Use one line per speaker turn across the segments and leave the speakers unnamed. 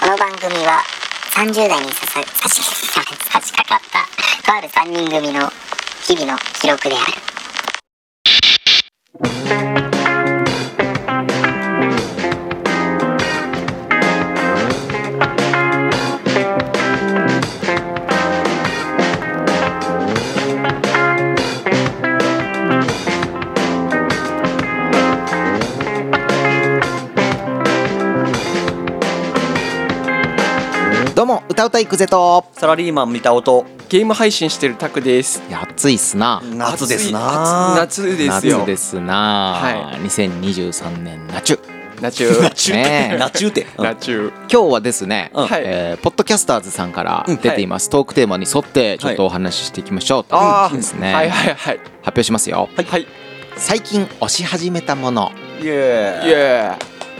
この番組は30代にささ差し差し掛かったとある3人組の日々の記録である
どうも歌うたいくぜと
サラリーマン見た 音
ゲーム配信してるタクです。
いや暑いっすな
夏ですな
暑い暑い夏ですよ。
夏ですな、
は
2023年夏
夏。
夏
ねえ
夏って
夏中。
今日はですね、
うん
はい
えーポッドキャスターズさんから
うん
出ています、トークテーマに沿ってちょっとお話ししていきましょうと、
あ
うんですね、
はいはいはい。
発表しますよ
はい。イ
最近推し始めたもの
イエーイ
エ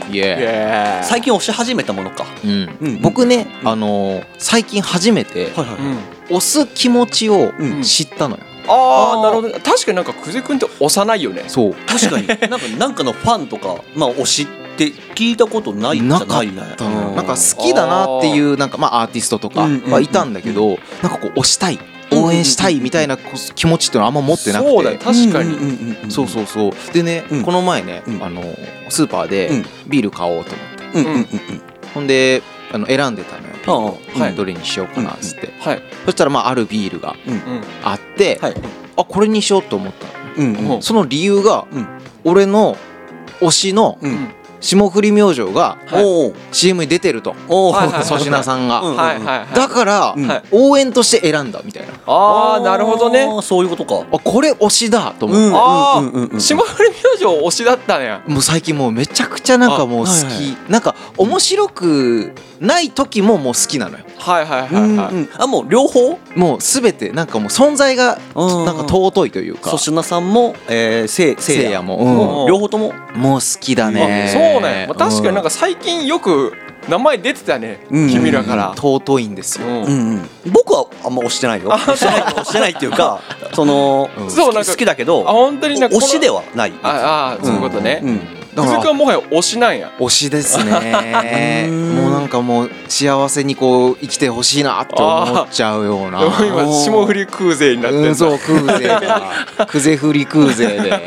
イ
ーイ。イ
エ
エーイ。
最近押し始めたものか
ーイ
うん
うん、僕ね、あのー最近初めて
はいはい
うん。
推す気持ちを
うん
知ったのよ、
ああなるほど。確かになんか久世くんって幼いよね。
そう
確かに なんかなんかのファンとかまあ推しって聞いたことないじ
な
ゃ
か
な
っ
いね
たのよ
う
なんか好きだなっていうなんかまあアーティストとか
うんうん
はいたんだけどなんかこう推したい応援したいみたいなこう気持ちっていうのはあんま持ってなくて
そうだよ確か
うんう
に。
んうんうん
そうそうそうでね
うん
この前ね
うん
あのスーパーで
うん
ビール買おうと思って
うんうんうんうん
ほんであの選んでたのよビールを
ああはい
うんどれにしようかなっつって
はい。
そしたらまああるビールが
うん。
あって
はい
あこれにしようと思ったの
うんうん
もう
その理由が
うん
俺の推しの
うん
ん
霜降り明星が
はい
おー
CM に出てると
お
はいはいはい
粗品さんが
う。ん
はいはいは い。
だから、
うん
はい
応援として選んだみたいなあ
ああなるほどね。
あーそういうことか
これ推しだと思って、
あ
うんうんうんうん
あ霜降り明星推しだったね。
もう最近もうめちゃくちゃなんかもう好き、
あはいはい
なんか面白くない時ももう好きなのよ
はいはい
うんう
はい
ん
はい。
あもう両方
もう全てなんかもう存在が
うん
なんか尊いというか
粗品さんもえーせいせい
せい
や
やも、
も
う
う両方とも
んもう好きだね
あそうね。まあ確かになん
か
か最近よく名前出てたね。
うん
君らから。
尊いんですよ、
う。
うんんうん、僕はあんま押してないよ押してない 押してないっていうかその
うん
そう
好
なん
き
か
好きだけ
あ
ど
本当になんか
推
この
しではない
ああそういうことね。
うん
だ
久
か
世くん
ら
はもはや推しなんや。
推しですね
う ん
もうなんかもう幸せにこう生きてほしいなって思っちゃう ような
でも今霜降り空勢になって
うんん、
だ
そう空 勢がクゼフリ空勢で
あ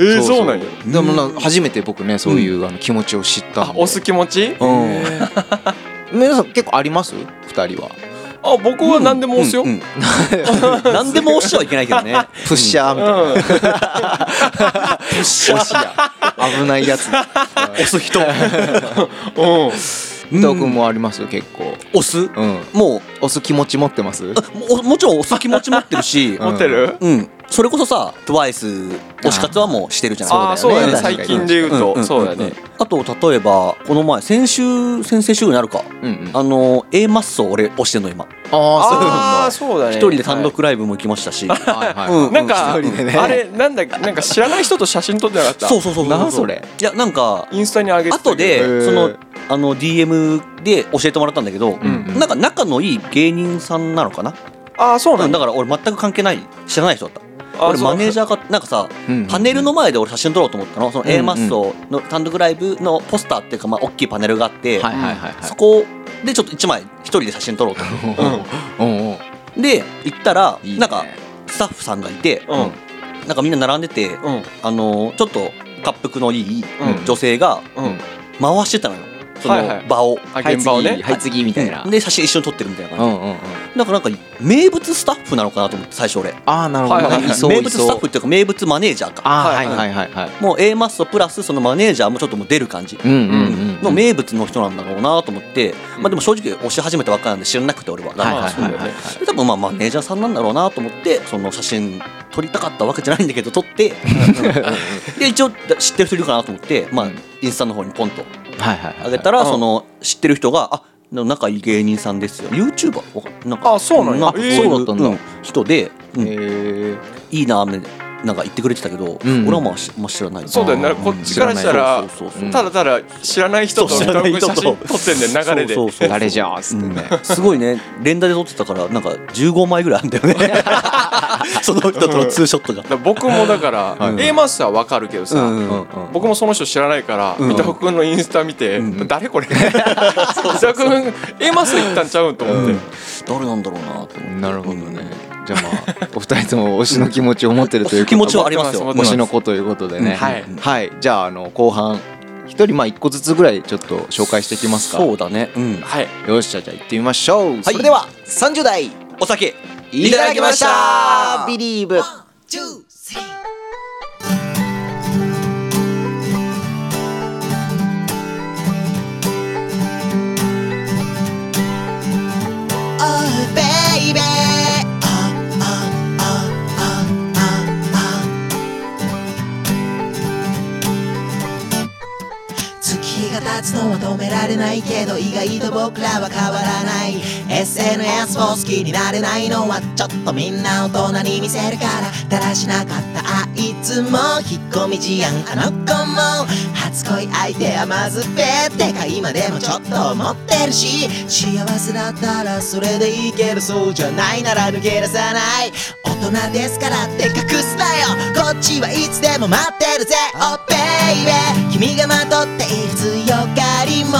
うん
えーそうなんや
でもな初めて僕ねそういうあの気持ちを知ったん
あ
で
押す気持ち
うん皆さん結構あります二人は
あ僕は何でも押すよ
うんうん何でも押してはいけないけどね
プッシャーみたいな、
うん
プッシャー危ないや つ
押す人
うん
伊藤君もあります結構
押す
うん
もう
押す気持ち持ってます
ももちろん押す気持ち持ってる し、
うん
持ってる
うんそれこそさ TWICE 推し活はもうしてるじゃ
あ
ん
あそうだね
確かに
最近で言うと
ん
そうだね
あと例えばこの前先週先々週になるか
うんうんあ
あの A マッソを俺押してんの今
あ
ああそうだね
一人で単独ライブも行きましたし、
ーそうなんだはいはい、
う
は
ん
い、
なんか
一人でね
あれなんだっけなんか知らない人と写真撮ってなかっ た
そうそうそうそう
なんそれ
いやなんか
インスタに上げてたけど
後で
へー
そのあの DM で教えてもらったんだけど、
うんうん
なんか仲のいい芸人さんなのかな、
ああそう
う
なん
ん、だ
だ
から俺全く関係ない知らない人だった
あ
俺
そう
マネージャーかなんかさ
うん
パネルの前で俺写真撮ろうと思ったのその
うんうん
A マッソの単独ライブのポスターっていうかまあ大きいパネルがあって、
はいはいはい
そこでちょっと1枚一人で写真撮ろうと
はい、うん、うんうん
で行ったら
いいね
なんかスタッフさんがいて
うん
なんかみんな並んでて、
うん
あのちょっと恰幅のいい
うん
女性が
うん
回してたのよそ
はいは
の
い
場を、
あ現場をね
はい次みたいな、
で写真一緒に撮ってるみたいな
う
感
んうんうん
じ、なんかなんか名物スタッフなのかなと思って最初俺
ああなるほど、
はいはいは
い
い
そういそう
名物スタッフっていうか名物マネージャーか
あーは
はいい
はいはいはい
もう A マッソプラスそのマネージャーもちょっともう出る感じ
うんうんうん
の名物の人なんだろうなと思って、まあでも正直押し始めたばっかなんで知らなくて俺は、
はい
ま
は
あ
い
そうだ
はい
よ
はい
ね
で多分まあマネージャーさんなんだろうなと思ってその写真撮りたかったわけじゃないんだけど撮ってで一応知ってる人いるかなと思って、まあ、インスタの方にポンと
はいはいはい
あげたら、
うん
その知ってる人が「あ仲いい芸人さんですよ」YouTuber わかんなんか
あそうなんや
か
えー
そう
そうだったんだ
うん人で、うん
へえ
いいなみなんか言ってくれてたけど、
うん
俺はまあし、まあ、知らない
そうだよね
あー
こっちからしたら
そうそうそう
う
そ
ん
う
ただただ知らない人と
そう知らない人と
写真撮ってんねん流れで
そうそうそう
誰じゃんっつってね
うんすごいね連打で撮ってたからなんか15枚ぐらいあんだよねその人とのツーショットが
だから僕もだか ら
はい
A マスターわかるけどさ、
うんうん
僕もその人知らないから、
ん
三田君のインスタ見て、
うん
誰これ三田君 A マスター行ったんちゃうんと思って、
誰なんだろうなと思って
なるほどね。じゃあまあお二人とも推しの気持ちを持ってるということ
気持ちはありますよ
持っ
推
てます
しの子ということでね。
うん
はい
はい。じゃああの後半一人まあ一個ずつぐらいちょっと紹介していきますか。
そうだねうん
はい
よしじゃあじゃあ行ってみましょう。それでは30代
お酒
いただきましたビリーブ
月が経つのは止められないけど意外と僕らは変わらない SNS も好きになれないのはちょっとみんな大人に見せるからだらしなかったあいつも引っ込み思案あの子も初恋相手はまずべってか今でもちょっと思ってるし幸せだったらそれでいいけどそうじゃないなら抜け出さない大人ですからって隠すなよこっちはいつでも待ってるぜ Oh baby 君がまとっている強がりも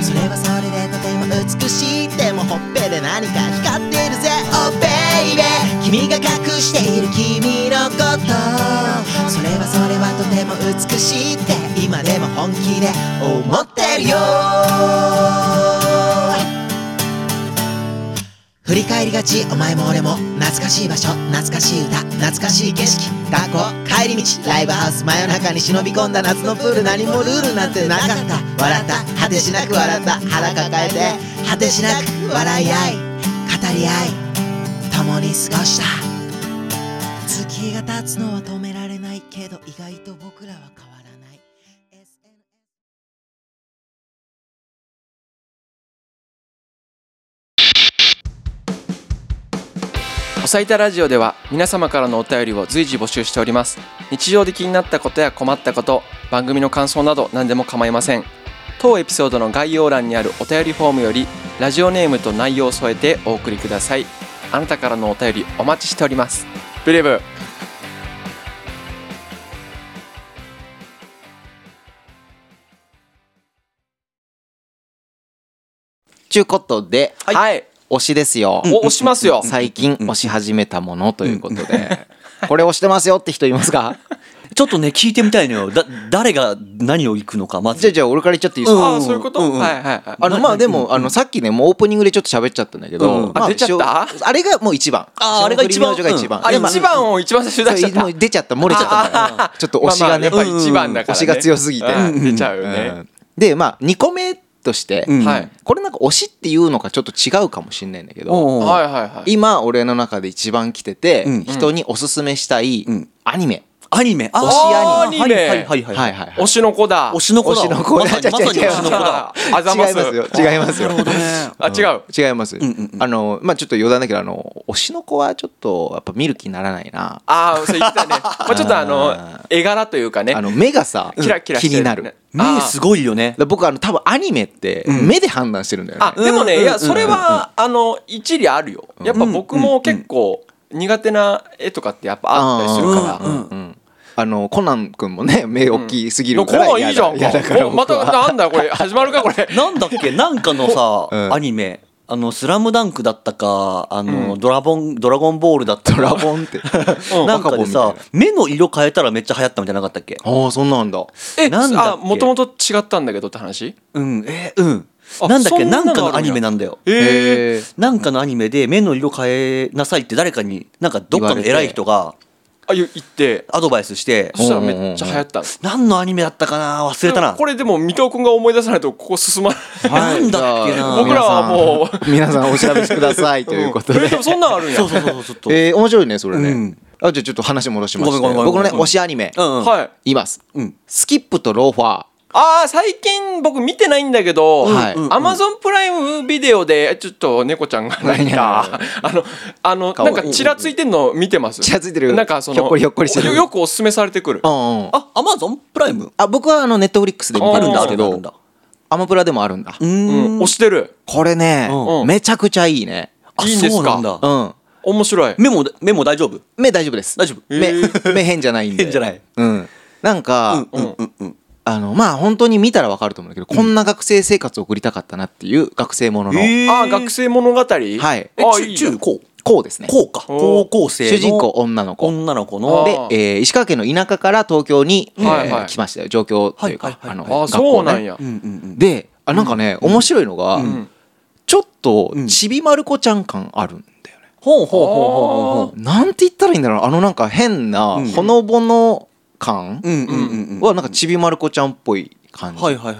それはそれでとても美しいでもほっぺで何か光ってるぜ Oh baby 君が隠している君のことそれはそれはとても美しいって今でも本気で思ってるよ振り返りがちお前も俺も懐かしい場所懐かしい歌懐かしい景色学校帰り道ライブハウス真夜中に忍び込んだ夏のプール何もルールなんてなかった笑った果てしなく笑った腹抱えて果てしなく笑い合い語り合い共に過ごした月が経つのは止められないけど意外と僕らは変わらない SNS
おさいたラジオでは皆様からのお便りを随時募集しております日常で気になったことや困ったこと番組の感想など何でも構いません当エピソードの概要欄にあるお便りフォームよりラジオネームと内容を添えてお送りくださいあなたからのお便りお待ちしておりますブレイブ
ちゅうことで
はい、
推しですよ。
お押しますよ
最近推し始めたものということで、これ推してますよって人いますか？
ちょっとね聞いてみたいのよだ誰が何を行くのか ま
じゃ
ず
あじゃあ俺から言っちゃっていいですか？
ああそういうこと、はいはいはい
あのまあでもあのさっきねもうオープニングでちょっと喋っちゃったんだけ
うん
ど、ま
あ出ちゃった
しょうあれがもう一番
あーあれが一番
霜降り明星が一番
あ
でまあ
一番を一番最初出しちゃった
もう出ちゃった漏れちゃったからちょっと推しがね
まあまあやっぱ一番だからね
推しが強すぎて
うん出ちゃうよ
う
ね
んでまあ2個目として
うん
はい
これなんか推しっていうのがちょっと違うかもしれないんだけど
おうおう
はいはいはい
今俺の中で一番来てて
うん
人におすすめしたい
うん
アニメ
アニメあ
推しアニメ
はいはいはい
は
はいい、
はいはい
推しの子だ
推しの子だ
推しの子
まさに
じゃ
ま
あ違う
さに推しの子だ
ああざま
違い
す
ますよ違いますよ
なるほどね
あ違う
違います
んうんうん
あのまあちょっと余談だけどあの推しの子はちょっとやっぱ見る気にならないな
ああそう言ってたねまあちょっとあの絵柄というかね
あの目がさ
キラキラし
気
て
になる
目すごいよね
だ僕あの多分アニメって目で判断してるんだよね
あでも
うんうんうんう
ね
ん
いやそれはあの一理あるよやっぱ僕も結構苦手な絵とかってやっぱあったりするか
うんうん
ら
うんあのコナン君もね目大きすぎ
いや
る
コ
から
ナンいいじゃん
嫌だ嫌だ
か
から
おま
僕
た
は
なんだこれ始まるかこ れ
なんだっけなんかのさ、
うん
アニメあの「スラムダンクだったか「あのドラゴンドラゴンボール」だっ た
ドラ
か
ボンって
なんか
バカ
で
ボン
さ
みたい
目の色変えたらめっちゃ流行ったみたいなのなかったっけ
ああそんなんだ
え
なんだっけ
あもともと違ったんだけどって話
うんえーうん
あ
なんだっけ
そん
な
なの
んか
あるん
の
や
アニメなんだよ
ええ
へえ
なんかのアニメで目の色変えなさいって誰かになんかどっかの偉い人が
あ言って
アドバイスして
そしたらめっちゃ流行ったの
何のアニメだったかな忘れたな
これでも三藤君が思い出さないとここ進まない
なんだっけな
僕らはも
う皆さんお調べくださいということ
え
で
でもそんなんあるんや
そうそうそうそうちょっと
えー面白いねそれ
う
ね
ん
あじゃあちょっと話戻しまして
ごめんごめんごめ
僕の
ん
ね
うん
推しアニメ
うんうん
はい
います
うん
スキップとローファー
ああ最近僕見てないんだけど、
はい
Amazon プライムビデオでちょっと猫ちゃんが泣いた あのあの
かわ
ないん
い
かちらついてんの見てます
ちらついてる
なんかその
ひょっこりひょっこりしてる
よよくおすすめされてくる
うんうん
あアマゾンプライム
あ僕はあのネットフリックスで見て
あ
る
る
ん
ん
で
だ
す
あ
け
るんだあるん
ど
だ
アマプラでもあるんだ
う
う
ー
ん押してる
これね
うん
めちゃくちゃいいね
あ
いいんですか
そうなんだ
うん
面白い
メモメモ大丈夫
目大丈夫です
大丈夫
目目変じゃないんで
変じゃない
うんなんか
うん
うんうん
あのまあ本当に見たらわかると思うんだけどこんな学生生活を送りたかったなっていう学生ものの
えー
あー学生物語はいあーいい
中中高
こうですね
高か高校生の
主人公女の子
女の子
あ
の
ー
で、えー石川県の田舎から東京に、えー
はいはい
来ましたよ上京というか、
はいはいはい
あの
ああ
学校ね
そうなんや、
うんうんうん
であなんかね、面白いのが、
うん
ちょっと
うん
ちびまる子ちゃん感あるんだよね、
ほうほうほうほうほう
なんて言ったらいいんだろうあのなんか変な
うん
ほのぼの感
うんうんうんうん
はなんかちびまる子ちゃんっぽい感じ、
はいはいはい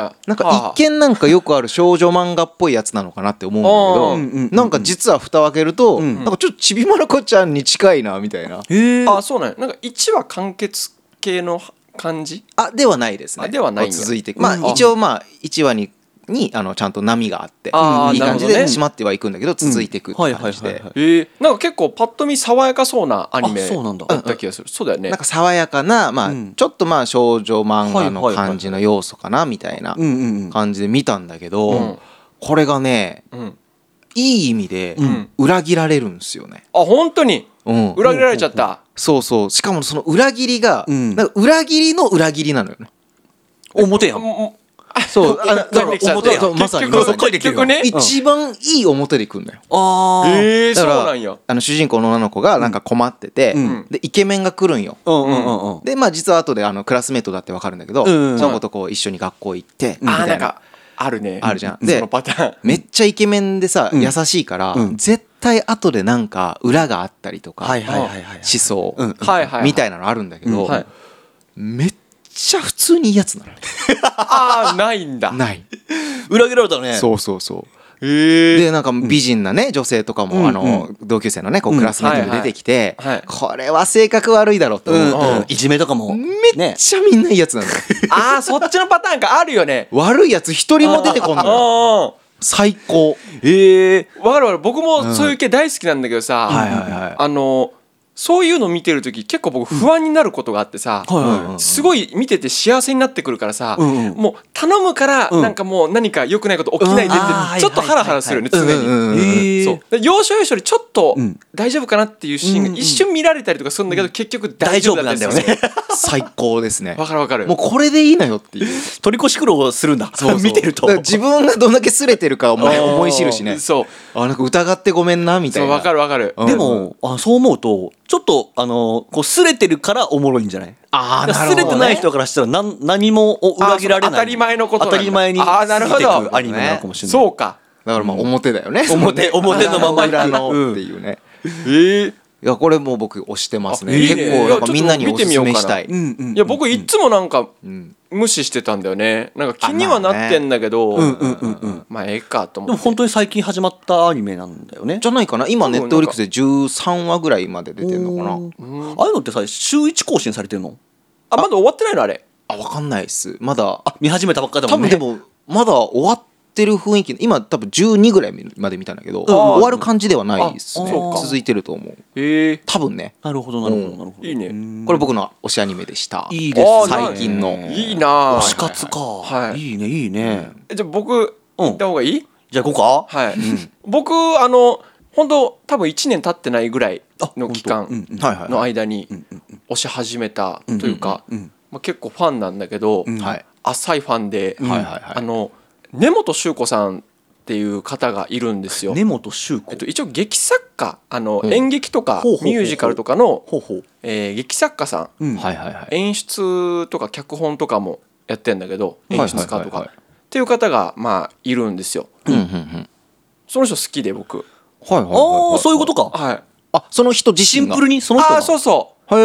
はい
なんか一見なんかよくある少女漫画っぽいやつなのかなって思うん
あー
だ
うん
け
うんうんうん
どなんか実は蓋を開けると、
うん
なんかちょっとちびまる子ちゃんに近いなみたいな、
へえ
ああそうなんやなんか1話完結系の感じ
あではないです
あ
ね
ではないんや
続いていく
うん
まあ
あ
一応まあ1話ににあのちゃんと波があって
あー
いい感じ
なるほどね
で締まってはいくんだけど続いていくって
はいは
感
い
じ
はい
で
はい
えー、なんか結構パッと見爽やかそうなアニメ
あそうなんだ
った気がするそうだよね
なんか爽やかなまあ
うん
ちょっとまあ少女漫画
は
の
いはいはい
感じの要素かなみたいな
うんうんうん
感じで見たんだけ
うん
どこれがね
うん
いい意味で
ん
裏切られるんですよね。
あ本当に
うん、
裏切られちゃった
そうそうしかもその裏切りが、
うん
なんか裏切りの裏切りなのよね。
表やん
そうあの
帰ってきちゃった
そうそうまさに
結局
まさに
結局ね
一番いい表でいくんだよ。
あー
えー、
だ
そう
から
なんや
あの主人公の女の子がなんか困ってて、
うん
でイケメンが来るんよ。
うんうんうんうん
でまあ実は後であのクラスメートだってわかるんだけど、
うん
その子とこう一緒に学校行って、み
あ
た
ー
い
なんかあるね
あるじゃん
う
で
そのパターン
めっちゃイケメンでさ、優しいから、
うん
絶対後でなんか裏があったりとか、
はい
思
はいはいはい
想、
うん
はいはい
みたいなのあるんだけど、
はい
めっちゃ普通にいいやつなのよ。
ああないん だ
ない。
裏切られたねう
そうそうそう。
ええ
でなんか美人なね女性とか
うん
もあの同級生のねこうクラスメートで出てきて
はいはい
これは性格悪いだろうと
うん
思う
うんいじめとかも
めっちゃみんないいやつなのよ
ああそっちのパターンかあるよね
悪いやつ一人も出てこんのよ
あ
最高
ええわかるわかる僕もそういう系大好きなんだけどさ、
はいはいはい
あのそういうの見てる時結構僕不安になることがあってさ、
はいはいはい
すごい見てて幸せになってくるからさ、
うんうん
もう頼むから
うん
なんかもう何か良くないこと起きないで
うんあ
っ
ー
てちょっとハラハラするよね
うん
常
うん
に。
うんうん
えー
そうで要所要所でちょっと
うん
大丈夫かなっていうシーン
うんう
が
ん
一瞬見られたりとかするんだけど結局大
大
丈
丈夫
夫だ
な
っ
ん
た
だ
り
よ
する
ね
最高ですね
わかるわかる
もうこれでいいのよっていう
取り越し苦労するんだ
そう そう
見てると
だから自分がどんだけすれてるかも 思い知るしね
そう
あなんか疑ってごめんなみた
そ
いうな
わかるわかる
うん
でもあそう思うとちょっとあのこうすれてるからおもろいんじゃない
ああなる
す
ほ
れ
ど
てない人からしたら何何もお裏切られない
あそう当たり前のことなん
当
だ
たり前に
あーなるほど
過ぎていくアニメなのかもしれない
そうか
だからまあ表だよね
表表のまま
裏の
うん
っていうね
ええ
いやこれもう僕推してます
あ
ね
いいね
結構なんかみんなにおすすめしたい
うんうんうん
いや僕いつもなんか
うん
無視してたんだよねなんか気にはなってんだけど
うんうんうんうん
まあええかと
で
思
も
って
本当に最近始まったアニメなんだよね
じゃないかな今ネ
多分
ットフリックスで13話ぐらいまで出てんのかな
うんああいうのってさ週一更新されてるの
あまだ終わってないのあれ
あわかんないっすまだ
あ見始めたばっかだも
多
ん
分
ね
でもまだ終わってる雰囲気今多分12ぐらいまで見たんだけど終わる感じではないっす
あ
ね
そうか
続いてると思う
ええ
多分ね
なるほどなるほどなるほど
いいね
うん
これ僕の推しアニメでした
いいですね
あー
最近の
いいなあ
推し活か、
はい
いねいいね、
えじゃあ僕
うん
行った方がいい、
じゃあ行こうか
はい、僕あの本当多分1年経ってないぐらいの期
ほん
間
とうん
はいはい
の間に
んうん
推し始めたというか、
うんうんうん
まあ、結構ファンなんだけど、
うん
はい
浅いファンで、
はいはいはい
あの根本修子さんっていう方がいるんですよ。
根本周子
えっと、一応劇作家あの
うん
演劇とか
ほうほうほう
ミュージカルとかの、
ほうほう、
えー劇作家さん
うん
はいはいはい
演出とか脚本とかもやってんだけど
はいは
演
いはいはい
出家とかっていう方がまあいるんですよ。
うんうんうん
その人好きで僕
はいはいはい
ああそういうことか
はい
あその人自
シ
身
ン
が
プルにその人
あ
が
あそうそ
へ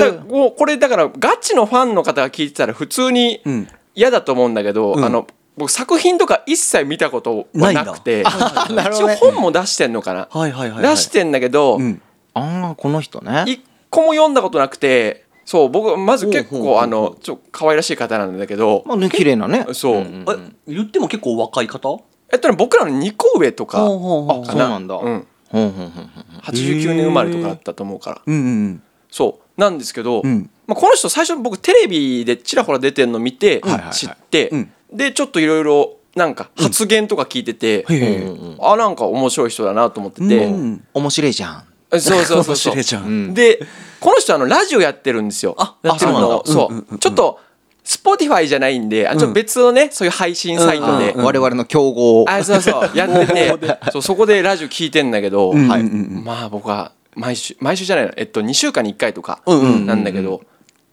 え
うだからもうこれだからガチのファンの方が聞いてたら普通に
うん
嫌だと思うんだけど、
うん
あの僕作品とか一切見たことはなくて
いんだなるほ
一
ど
応
ね
本も出してんのかな、
はいはいはい、はい、
出してんだけど、
うん
ああこの人ね
一個も読んだことなくてそう僕まず結
ほうほうほ
構
う
あのちょ可愛らしい方なんだけど
まあね綺麗なね
そうん
んん
え言っても結構若い方
えっとね僕らの2個上とか
ほうほうほう
あそうなんだ
うん、
ほんほんほんほん
89年生まれとかだったと思うから
うん
そうなんですけど、
うん
まあ、この人最初僕テレビでちらほら出てるの見て
はいはいはい
知って、
うん
でちょっといろいろなんか発言とか聞いてて、
うん
うんう
へ
んうん
あなんか面白い人だなと思って
え
て、
うん
面白いじゃん
そうそうそうそう
面白いじゃん
うん
でこの人あのラジオやってるんですよ
あやって
るんだ
あのそう,、
うんうんうん
ちょっと Spotify じゃないんであちょっと別のね、そういう配信サイトで、
うん我々の競合を
あそうそうやっててそうそこでラジオ聞いてんだけど、
うん
はい
うんうんうん
まあ僕は毎週毎週じゃないの、えっと、2週間に1回とか
うんうん
なんだけど、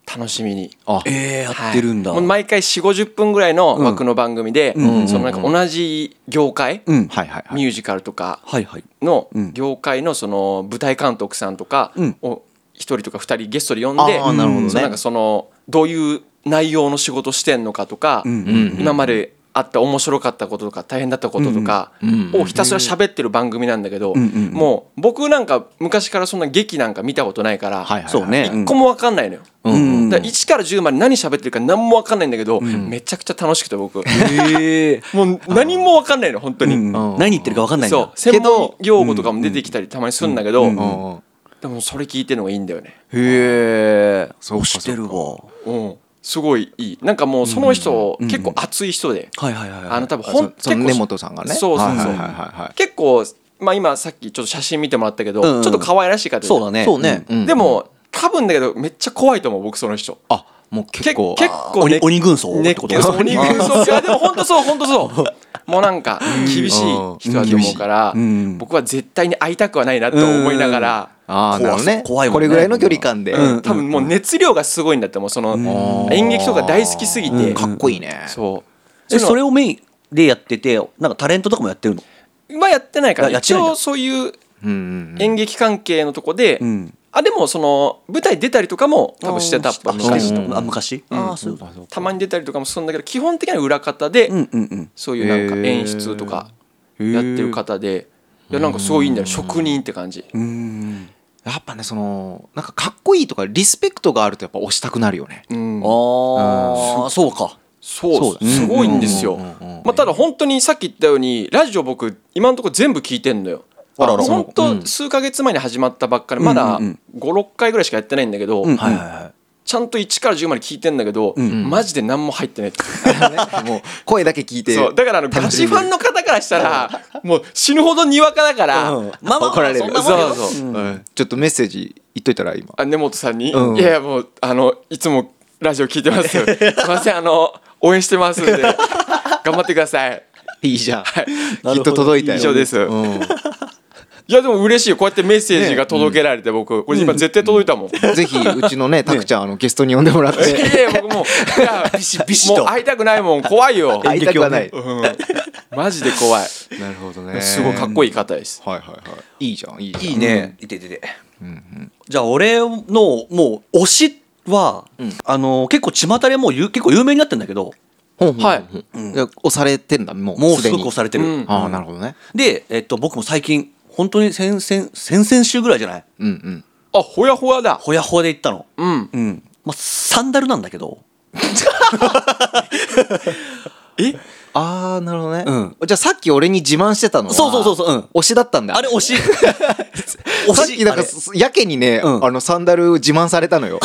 楽しみに。
あ
えー
はい
やってるんだ
もう毎回4 5 0分ぐらいの枠の番組で、
うん
そのなんか同じ業界、
うん
はいはいはい
ミュージカルとか
はいはい
の
うん
業界のその舞台監督さんとか
うん
を一人とか二人ゲストで呼んで、
あーなるほどね
そのなんかそのどういう内容の仕事してんのかとか、
うん
うんうん
今まであった面白かったこととか大変だったこととか
うんうん
をひたすら喋ってる番組なんだけど、
うんうんうん
もう僕なんか昔からそんな劇なんか見たことないから、
はいはいはい
そうね
一個も分かんないのよ。
うん
うん
だから1から10まで何喋ってるか何も分かんないんだけど、めちゃくちゃ楽しくて僕
へえ
もう何も分かんないの本当に、
うん
うん
何言ってるか分かんないんだ
そう専
け
門
ど
用語とかも出てきたりたまにするんだけど、
うん
うんうん
でもそれ聞いてるのがいいんだよね
へえ
そうか
推してるわ
うんすごいいいなんかもうその人、
うん
結構熱い人で、
はいはいはいはい
あの多分
あ
ほん
そその
結
根
構
本さんがね
そうそうそう
はいはいはいは
結構まあ今さっきちょっと写真見てもらったけど、
うんうん
ちょっと可愛らしい方で
そうだ
い
ね
そうね
うん
うん
でも多分だけどめっちゃ怖いと思う僕その人
あもう結構
け結
あ
構ね
鬼鬼軍曹っ
ね
て
そ
こと
う
だ
鬼軍曹いやでも本当そう本当そうもうなんか厳しい人だと思うから、
うん
僕は絶対に会いたくはないなと思いながら、
あーなるほどね
怖い怖いもんね
これぐらいの距離感で
うん
多分もう熱量がすごいんだってもうその演劇とか大好きすぎて、
かっこいいね
そう
えそれ
を
をメインでやっててなんかタレントとかもやってるの
今やってないか
あ
ら
やっ
一
てないんだ
応そういう
うんうんうん
演劇関係のとこで、
ん
あでもその舞台出たりとかも多分してたっぽい
あ昔
昔
うん
あ昔あそうか
たまに出たりとかもするんだけど基本的には裏方で、
うんうんうん
そういうなんか演出とかやってる方で、いやなんかすごいいいんだよ職人って感じ、
うん
やっぱねそのなんかかっこいいとかリスペクトがあるとやっぱ押したくなるよね
うん
ああそうか
そう
そうだね
すごいんですよ、
うんうんうんうん
まあ、ただ本当にさっき言ったようにラジオ僕今のところ全部聞いてんのよ
あらら
本当数ヶ月前に始まったばっかりまだ
うんうん
56回ぐらいしかやってないんだけど、
うん
はいはいはい
ちゃんと1から10まで聞いてんだけど、
ん
マジで何も入ってない
もう声だけ聞いて
そうだからあのガチファンの方からしたらもう死ぬほどにわかだから、
うんまあまあ
怒られる
そんなもんよ
そうそう
うん
うんちょっとメッセージ言っといたら今
あ根本さんに、
うん
いやいやもうあのいつもラジオ聞いてますすいませんあの応援してますんで頑張ってください
いいじゃん
な
きっ
るほど
と届いたよ
以上です
うん
いやでも嬉しいよこうやってメッセージが届けられて僕これ今絶対届いたもん、
ぜひうちの ねたくちゃんあのゲストに呼んでもらっ
い
て
やいや僕もういや
ビシビシと
もう会いたくないもん怖い よ、
会いたくはない
うんマジで怖いす
なるほどね
ごいかっこいい方です
はいはいはいいいじゃんいいじゃん
いいねいてててじゃあ俺のもう推しはあの結構巷でもうゆ結構有名になってんだけど
ほんほんほん
はい
いや押されてんだもう
もう
ですに
ごく押されてる
うん
ああなるほどね
でえっと僕も最近本当に先々先々週ぐらいじゃない
うんうん
あほやほやだ
ほやほやで行ったの
うん
うんまあサンダルなんだけど
ああなるほどね
うん
じゃあさっき俺に自慢してたのは
そうそうそうそううん
推しだったんだ
あれ推 し推
さっきなん
あ
か
れ
やけにね
うん
あのサンダル自慢されたの よ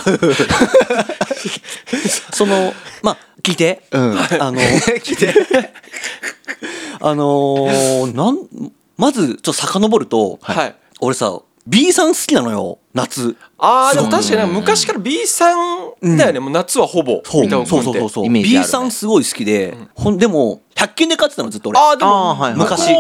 そのまあ聞いて、
うん
あ の あのーなんまずちょっと遡ると、
はい、
俺さ B さん好きなのよ夏
ああでも確かに昔から B さんだよね、もう夏はほぼ
そう
三田尾
そうそ
君っ
う
て
そうそう、
イメージある
B
ね
さんすごい好きで、ほんでも100均で買ってたのずっと俺
ああでも
あーはいはい
昔、
はい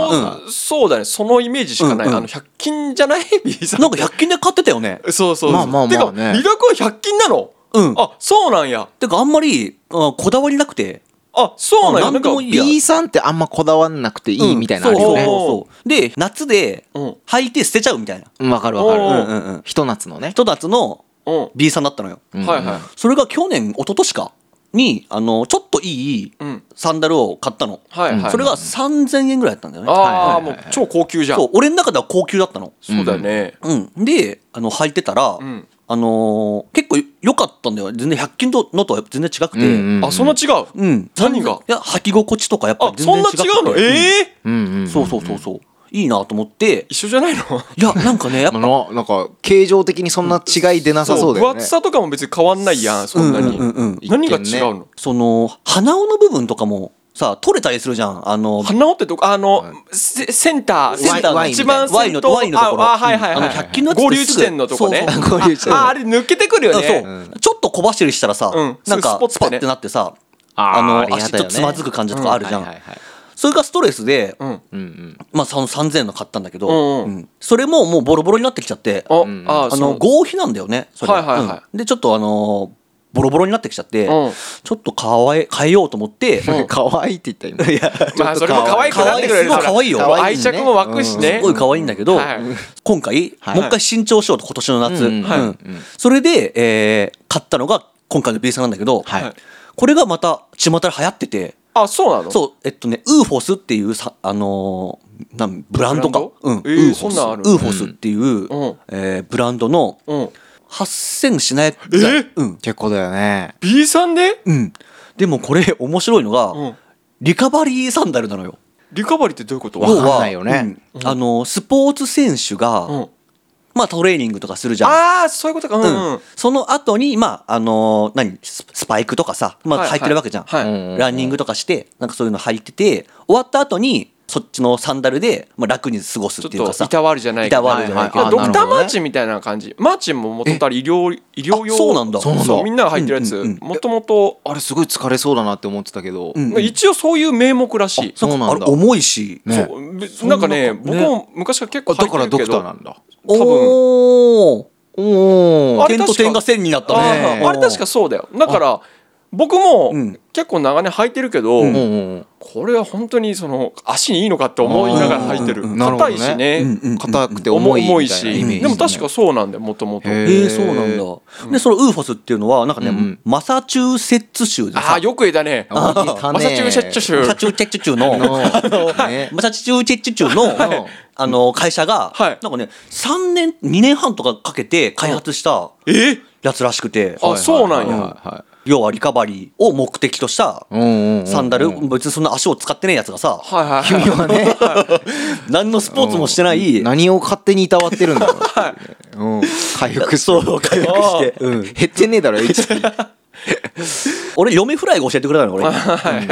うんそうだねそのイメージしかない、
うんうん
あの100均じゃない B さん
なんか100均で買ってたよね
そうそうそう
まあまあまあね
てかリラ君は100均なの
うん
あそうなんや
てかあんまりあこだわりなくて
あそうなんや
あなんでもいいや
B さんってあんまこだわんなくていいみたいなのある
そ
よ
う
ね
そうそうで夏で
うん
履いて捨てちゃうみたいな
ねわかるわかる
お
う
ー
んうんうんひと夏のね
人たちの
うんは
B さんだったのよ、
い
ん
はい
それが去年一昨年かにあのちょっといい
うん
サンダルを買ったの、
はいはいはい
それが3000円ぐらいだったんだよね
ああ
はいはいはい
もう超高級じじゃん
そう俺の中では高級だったの
そうだよね
うんであの履いてたら、
うん
あのー結構良かったんだよ全然100均とのとは全然違くて、
うんうん
あそんな違う
うん
何が
いや履き心地とかやっぱ
あ
り全
そん
然違
な
くて
違うのええ
うんうんうん
そうそうそうそういいなと思って
一緒じゃないの
い やなんかねやっぱ
まあななんか形状的にそんな違い出なさそうだよ
分
ね
厚さとかも別に変わんないやんそんなに
うんうんうんうん
何が違う
一見
の
その鼻緒の部分とかもさ取れたりするじゃんあの
鼻緒ってどこあのセセンター
センターの
の一番
ワイン
先
の
頭
ワインのところ
ああはいはいはい
あの100均のやつって
合流地点のとこね
そう
そう合流地点
ああれ抜けてくるよ
あそう、
ね
ちょっと小走りしたらさ、
うん
なん
すぐス
か
ポッてね
スパってなってさ
あー
あの
ありがたいよ
足
ね
とつまずく感じとかあるじゃん、
はいはいはい
それがストレスで、
うん
うんうん
まあ、その3000円の買ったんだけど、
うんうん
それももうボロボロになってきちゃって
あ
ん
あ
あ
そ
の
う
合皮なんだよねそれ
はいはいはい
うんでちょっとあのボロボロになってきちゃって、
うん
ちょっと変え変えようと思って、
うん
可愛いって言った今
いや
まあそれも可愛くなってくれる
可愛いよ
ほら愛着も湧くしね
すごい可愛いんだけど、
はい
今回、
はい
もう一回新調しようと今年の夏、
うんうん
うん
はい
それで、えー買ったのが今回の B さんなんだけど、
はい
これがまた巷で流行ってて
あそうなの
そうえっとねウーフォスっていうさ、あのーなんブランドか
ブランド
うん
えー
ウーフ
そ
ォ
ん
ス
なんある
ウーフォスっていう、
ん
えーブランドの
うん
8000しない
えー
うん
結構だよね
B さんで
うん、でもこれ面白いのが、
うん
リカバリーサンダルなのよ。
リカバリーってどういうこと
わかんないよね
要はうんあのスポーツ選手が、
うん
まあ、トレーニングとかするじゃん。
ああそういうことかうんうん
うん、その後にまああのー何ススパイクとかさ、ま
は
あ、
いはい
履いてるわけじゃん、
はい
うんうん
ランニングとかしてなんかそういうの履いてて終わった後にそっちのサンダルで、まあ、楽に過ごす
ちょ
っ
って
いうか
と
さ
いたわるじゃない
いたわるじゃないけど
あドクタ
なる
ー
ほど
マ
ね
ーチンみたいな感じマーチンも元々あれ医療医療用
あそうなんだ
そうなんだ
みんなが入ってる
う
や
んうんう
つ
ん
もともと
あれすごい疲れそうだなって思ってたけど
うん
一応そういう名目らしい
そうなん
あ
だ
れ重いし、
ね
そうべなんかね
そんな
僕も昔は結構
あだ
入っ
か
て
ら
る
ド
け
クタ
ど
ーなんだ
多分
おお
お
あ
お
れ
点と点が線になった
あ
ね
ね
ーあれ確かそうだよだから僕も
うん
結構長年履いてるけど、
うんうん
これは本当にその足にいいのかって思いながら履いてる
うんうんなるほ
硬
どね
いしね、
うんうん
硬くて重
重
いみ
い
たいなイ
し、
メージ
でも確かそうなんだよもともと
へー
えー、そうなんだ。で、そのウーフォスっていうのは、なんかね、
うんうん
マサチューセッツ州で
あ
さ
あ、よく言えたね
あ言えたね
マサチューセッツ州
マサチューチェッチュ州 の、
のね
マサチューチェッチュ州の、あの、会社が、
はい
なんかね、3年、2年半とかかけて開発した
えー
やつらしくて、
あそうなんや
や
要はリカバリーを目的とした、サ
サ
ンダル、別にそんな足を使ってないやつがさ、
はいはいはい
はね
何のスポーツもしてない、
何を勝手にいたわってるんだろうっていうね、うん、回復し
そ
て
う、回復して。
うん、減ってねえだろ HP
俺嫁フライが教えてくれたの俺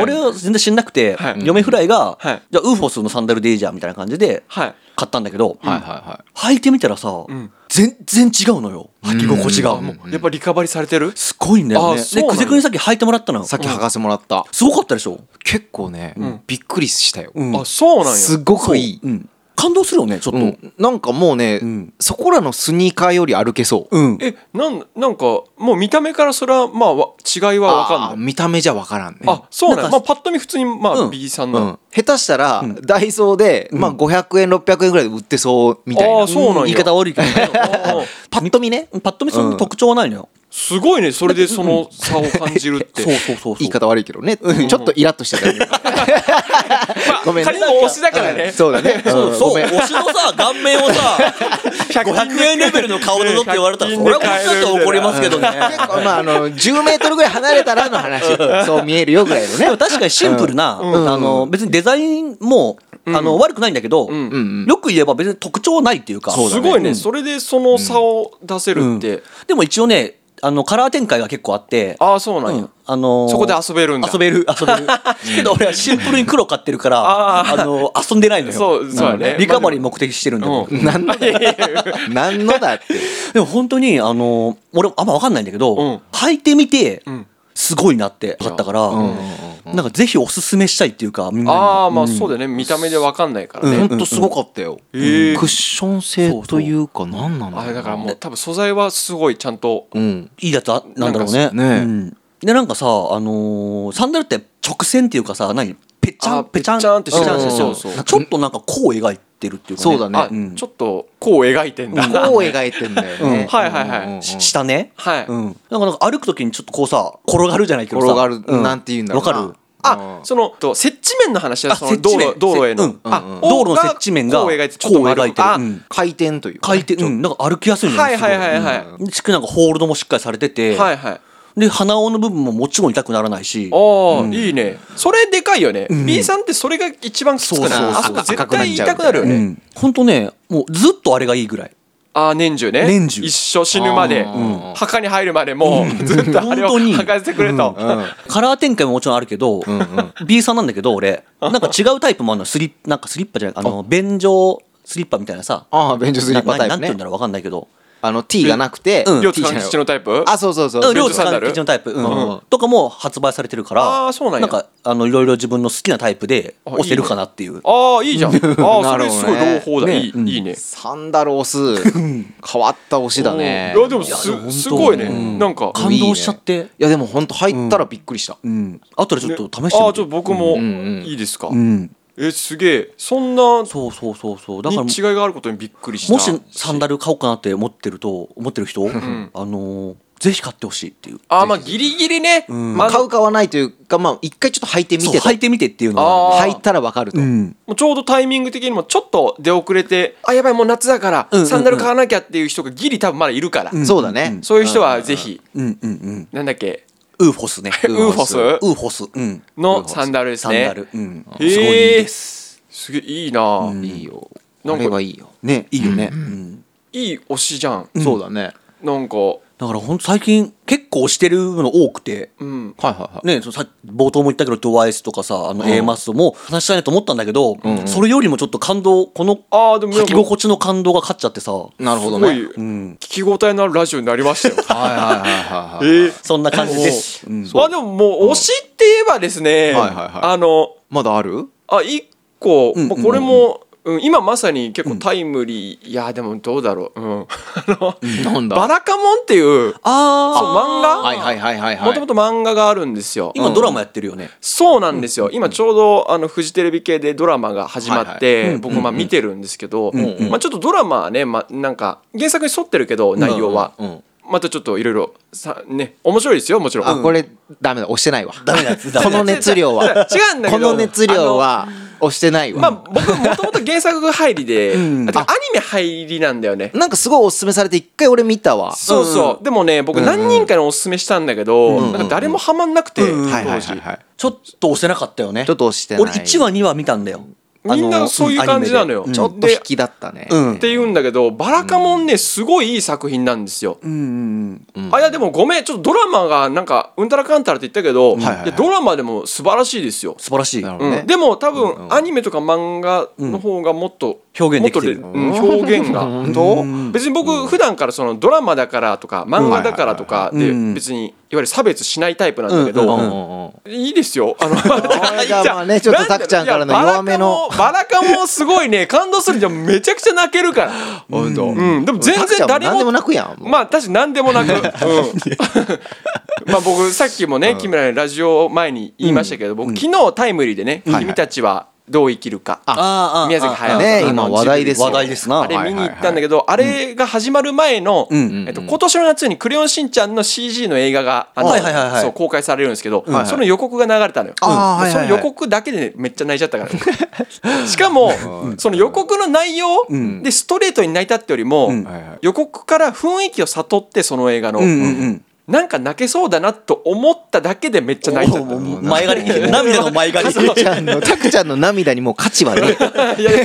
俺は全然知んなくて、
はい
嫁フライが、
はい
じゃあウーフォスのサンダルでいいじゃんみたいな感じで
はい
買ったんだけど、
はいはいは
履いてみたらさ、
ん
全然違うのよ履き心地が、もう
やっぱリカバリーされてる
すごいんだよ
あ
ね
そう
で
なん
久
だ
世君にさっき履いてもらったのよ
いさっき剥がせてもらった、
すごかったでしょ、
結構ね、びっくりしたよ、
うん
あそうなんや
すごくいい
そううん感動するよねちょっと、
うんなんかもうね、
ん
そこらのスニーカーより歩けそう、
うん
えなんなんかもう見た目からそれはまあわ違いは分
あ
か
ー
んない
見た目じゃわからんね
あそうなん
な
や
ん
ま
か
あパッと見普通にま
う
あ
ん
B さん
う
の
ん、下手したら、ダイソーで、まあ、500円600円ぐらいで売ってそうみたいな、
あーそうなんや
言い方悪いけど
あー
パッと見ねパッと見そんな特徴はないのよ、
すごいねそれでその差を感じるって
そうそうそうそう
言い方悪いけどね、ちょっとイラッとしてたよごめんね
仮の推しだからね
うんそうだね
そううんそう
ごめん
推しのさ顔面を さ500円レベルの顔でぞって言われたらそれはこっちだって怒りますけどね
結構まああの10メートルぐらい離れたらの話そう見えるよぐらいのね
でも確かにシンプルな、あの別にデザインも、あの悪くないんだけど、
んうん
よく言えば別に特徴はないっていうか
すごいねそれでその差を出せるって
でも一応ねあのカラー展開が結構あって
ああそうなん
う
や
んあのー
そこで遊べるんだ
遊べ る遊べるけど俺はシンプルに黒買ってるから
あ
あの遊んでないのよ
そうそうやね
んリカバリー目的してるんだよ、
うん
何のだ 何のだって
でも本当にあの俺あんま分かんないんだけど、
うん
履いてみて、
ん
すごいなって分かったから、なんかぜひおすすめしたいっていうかみんなに
ああまあそうだよね見た目で分かんないからね
本当すごかったよ、
へえ
クッション性というか何なの
あれだからもう多分素材はすごいちゃんと
うん
いいやつあなんだろう
なん
ね。
かね
うんでなんかさ、あのーサンダルって直線っていうかさ何ぺちゃ
あ
んぺちゃん
ぺちゃんってしてる
ぺちゃんてる
そうそうそう
ちょっとなんかこう描いてるっていうか、
そうだね
あ
うん
ちょっとこう描いてんだ
こう描いてんだよね、
うん
はいはいはい
うんうん
し下ね、
はい
うん、なんかなんか歩く時にちょっとこうさ転がるじゃないけどさ
転がるなんて言うんだろうな
わかる
あそのと接地面の話は
あ
その
設
道
置面
路道路への、
うん
うんうん
お
道路の設置面が
こう描いてちょっと丸
こう描いてる
あ
うん
回転というか
回
ね
転、うん、なんか歩きやすいんじゃな
はい
で
い
すか
はいはいはい、
しかもなんかホールドもしっかりされてて、
はいはい
で鼻緒の部分ももちろん痛くならないし
ああ、
うん
いいねそれでかいよね、
ん
B さんってそれが一番きつくない
そうそうそう
あそこ
赤
絶
くなっ
対
ちゃう
痛くなるよ
う
ね、
ん、ほんとねもうずっとあれがいいぐらい
ああ年中ね
年中
一生死ぬまで、
あーうん
墓に入るまでもう ずっとあれを
本当に
履かせてくれと、
うんうん
カラー展開ももちろんあるけど、
うん
B さんなんだけど俺なんか違うタイプもあるのスリなんかスリッパじゃないあの便所スリッパみたいなさ
ああ便所スリッパタ
なな
イ
んて
プ
言うん
ね
だろうわかんないけど
あの T がなくて
うん
両津
T じゃ
勘
ない
吉のタイプ
あそうそうそう
う
そ
ん
う
両
両
津
津
さ
サンダ
ん
ル
のタイプ、う
う
ん
ん
とかも発売されてるから
あーそうなんや
かあのいろいろ自分の好きなタイプで
あ
押せるかなっていう
ああいいじゃんああそ
なる
れ
ほ
す
ど
ごい
ね
朗報だ、
ね
いい,、
うん
いいね
サンダルオス変わった推しだね
いやでも
い
すすごいね、
うん
なんか
感動しちゃって
やでも本当入ったらびっくりした
うん後でちょっと試してみて、
ああちょっと僕も
うんうん
いいですか、
うん
えすげえそんなに
そうそうそうそうだ
違
から
いがあることにびっくりした
もしサンダル買おうかなって思ってると思ってる人、
ん
あのーぜひ買ってほしいっていう
あーまあギリギリね、
ん
まあ、あ
買
の
う買わないというかまあ一回ちょっと履いてみ
そう
てと
履いてみてっていうのは
あ
履
ー
いたらわかると
うん
もうちょうどタイミング的にもちょっと出遅れてあやばいもう夏だから、
うんうんうん
サンダル買わなきゃっていう人がギリ多分まだいるから、
ん
そうだね
そういう人はぜひ、
うんうんうん
なんだっけ
ウーフォスね
ウーフォス
ウーフォスうん
のサンダルです
サン
ね
ダル、うん、すご
へ
いいい
ー
です
すげえいいな、
うん
いいよ
な
あ
んか
れはいいよ
ねいいよね、うん
いい推しじゃん
そうだね
なんか
だからほんと最近結構してるの多くて
うん
はいはいは
ね、そのさ冒頭も言ったけど TWICE とかさあの A マスも話したいなと思ったんだけど、それよりもちょっと感動この
ああでも
書き心地の感動が勝っちゃってさ、
いなるほど
すごい
ね
聞き応えのあるラジオになりましたよ
はいはいはいはいはい
ええ
そんな感じです、うん
まあでももう推しって言えばですね、
はいはいはい
あの
まだある
あ一個、
ん
まあこれも、うん今まさに結構タイムリー、いやでもどうだろう、うん、 あの
なんだ
バラカモンっていう
あ
そう漫画
はいはいはいはいはい
もともと漫画があるんですよ、
今ドラマやってるよね、
そうなんですよ、今ちょうどあのフジテレビ系でドラマが始まって、僕まあ見てるんですけど、
うん
まあ、ちょっとドラマはね、まあ、なんか原作に沿ってるけど内容は、
うんうん
またちょっといろいろさね面白いですよもちろん。
あこれダメだ押してないわ
ダメなやつダメ
こ
なや
の
つ
熱量は
違うんだけ
こ
ど
の熱量は押してない
まあ、
わ
僕もともと原作入りで、
ん
あてかアニメ入りなんだよね。
なんかすごいおすすめされて一回俺見たわ
そうそう、でもね僕何人かにおすすめしたんだけど、なんか誰もハマんなくて、
うん
はいは
当
い
時、
はいはい
ちょっと押せなかったよね
ちょっと押してない
俺1話2話見たんだよ
みんなそういう感じなのよ、
あの
ちょっと
で
引きだったね
うん
って言うんだけどバラカモンねすごいいい作品なんですよ、
うんうん
あいやでもごめんちょっとドラマがなんかうんたらかんたらって言ったけど、
はいはいはい
やドラマでも素晴らしいですよ、
素晴らしい
なるほ
う
ど
ん
ね
でも多分、
うんうん
アニメとか漫画の方がもっと、
表現できてる
もっとれうん表現が
本当
うん
別に僕普段からそのドラマだからとか漫画だからとか
うんはい
で
はいはいうん
別にいわゆる差別しないタイプなんだけど、
うんうん
いいですよ。あの、
じゃあまあねちょっとたくちゃんからの弱めの
バラカモン。バラカモンすごいね、感動するじゃん。めちゃくちゃ泣けるから。
本当
うん、でも全然誰
何でも
も。
泣くやんもう
まあ、確かに何でもなく。 うん。まあ僕さっきもね、木村にラジオ前に言いましたけど、僕昨日タイムリーでね、君たちはどう生きるか。
ああ
宮崎駿
ね
あの
今話題ですよ
話題ですな
あれ見に行ったんだけど、あれが始まる前の、
ん
えっと、今年の夏に「クレヨンしんちゃん」の CG の映画があの
はいはいはいはい
そう公開されるんですけど、
はい
その予告が流れたのよ、
あー
でそ
は
の
いはいは
予
い
告だけでめっちゃ泣いちゃったから しかもその予告の内容
ん
でストレートに泣いたってよりも、
うん
はいはい
予告から雰囲気を悟ってその映画の、
うんうんうん
なんか泣けそうだなと思っただけでめっちゃ泣いたの
もう前借り涙の前借
た
り
くちゃんのたくちゃんの涙にもう価値はね
いやで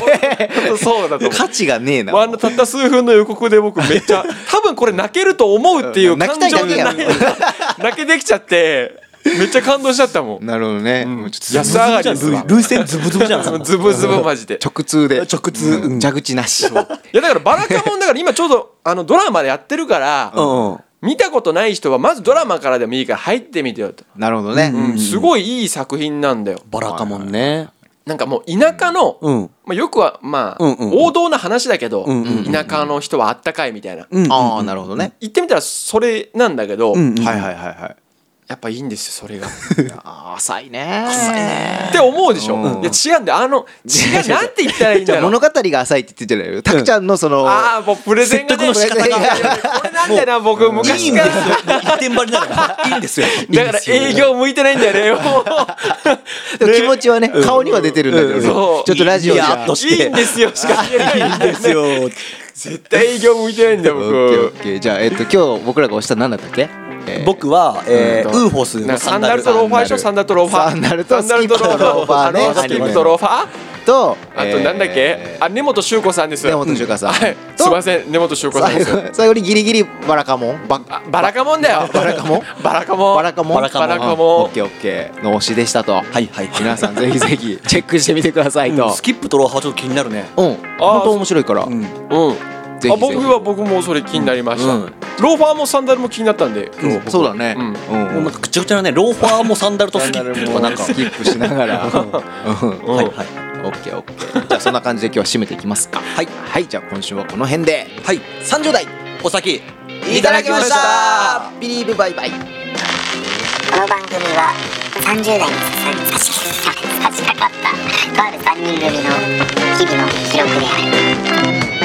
もそうだと
え
思う
価値がねえな
まあ、あのたった数分の予告で僕めっちゃ多分これ泣けると思うっていう
うん泣
感
きたい
情で
だ
泣
け
け
やん
泣けてきちゃってめっちゃ感動しちゃったもん
なるほどね
うん
ちょっと
安上がりですわ
涙腺ズブズブじゃん
ズブズブマジで
直通で
直通
うん
うん
蛇口なし
いやだからバラカモンだから今ちょうどあのドラマでやってるから
うんうん
見たことない人はまずドラマからでもいいから入ってみてよと、
なるほどね
うんすごいいい作品なんだよ
バラかもんね
なんかもう田舎の、
うん
まあ、よくはまあ、
うんうんうん
王道な話だけど、
うんうんうん
田舎の人はあったかいみたいな、
うん
ああなるほどね
言ってみたらそれなんだけど、
うんうん
はいはいはいはい
やっぱいいんですよそれがっ
あー浅いね
て思うでしょ、
うん
いや違うんであの違うなんて言ったらいいん
じゃ
だ
あ
ろう
物語が浅いって言ってんじゃないよタクちゃんのその
ああもうプレゼンがね
説得の仕方が
いやいやこれなんだよな僕
いい
昔
ん
か
です
ら
よ一点張りながらいいんですよ
だから営業向いてないんだよねも
でも気持ちはね顔には出てるんだけどね
そう
ちょっとラジオじ
いや
ゃ
あと
ういいんですよしか言えない
いいんですよ
絶対営業向いてないんだよ
オッケーオ
僕
ッケーじゃあえっと今日僕らが押した何だったっけえー
僕は、えー
うんと
ウーフォス
なん
の
かサンダルとローファーでしょサンダルとローファー
サンダルと
サンダルとローフ
スキップとローファーね
ァーあのスキップとローファー
と
あとなんだっけ
えー
あ根本修子さんです
根本修子さん
はい
と
すいません根本修子さん
最
です
後最後にギリギリバラカモンバ
あバラカモンだよ
バラカモン
バラカモン
バラカモン
バラカモン
オッケーオッケーの推しでしたとはい
はい
皆さんぜひぜひチェックしてみてくださいと
スキップとローファーちょっと気になるね
うん本当面白いから
うん
うん
ひぜひ
あ僕は僕もそれ気になりました、
うん
ローファーもサンダルも気になったんで今日僕
そうだね
うん
うん
もうなんかぐちゃぐちゃなねローファーもサンダルとスキップとかなんか
スキップしながらうんうん
はいはい
オッケーオッケーじゃあそんな感じで今日は締めていきますかはいはいじゃあ今週はこの辺で
はい30代お先
いただきましたビリーブバイバイ
この番組は30代にささ差し掛かったとある3人組の日々の記録である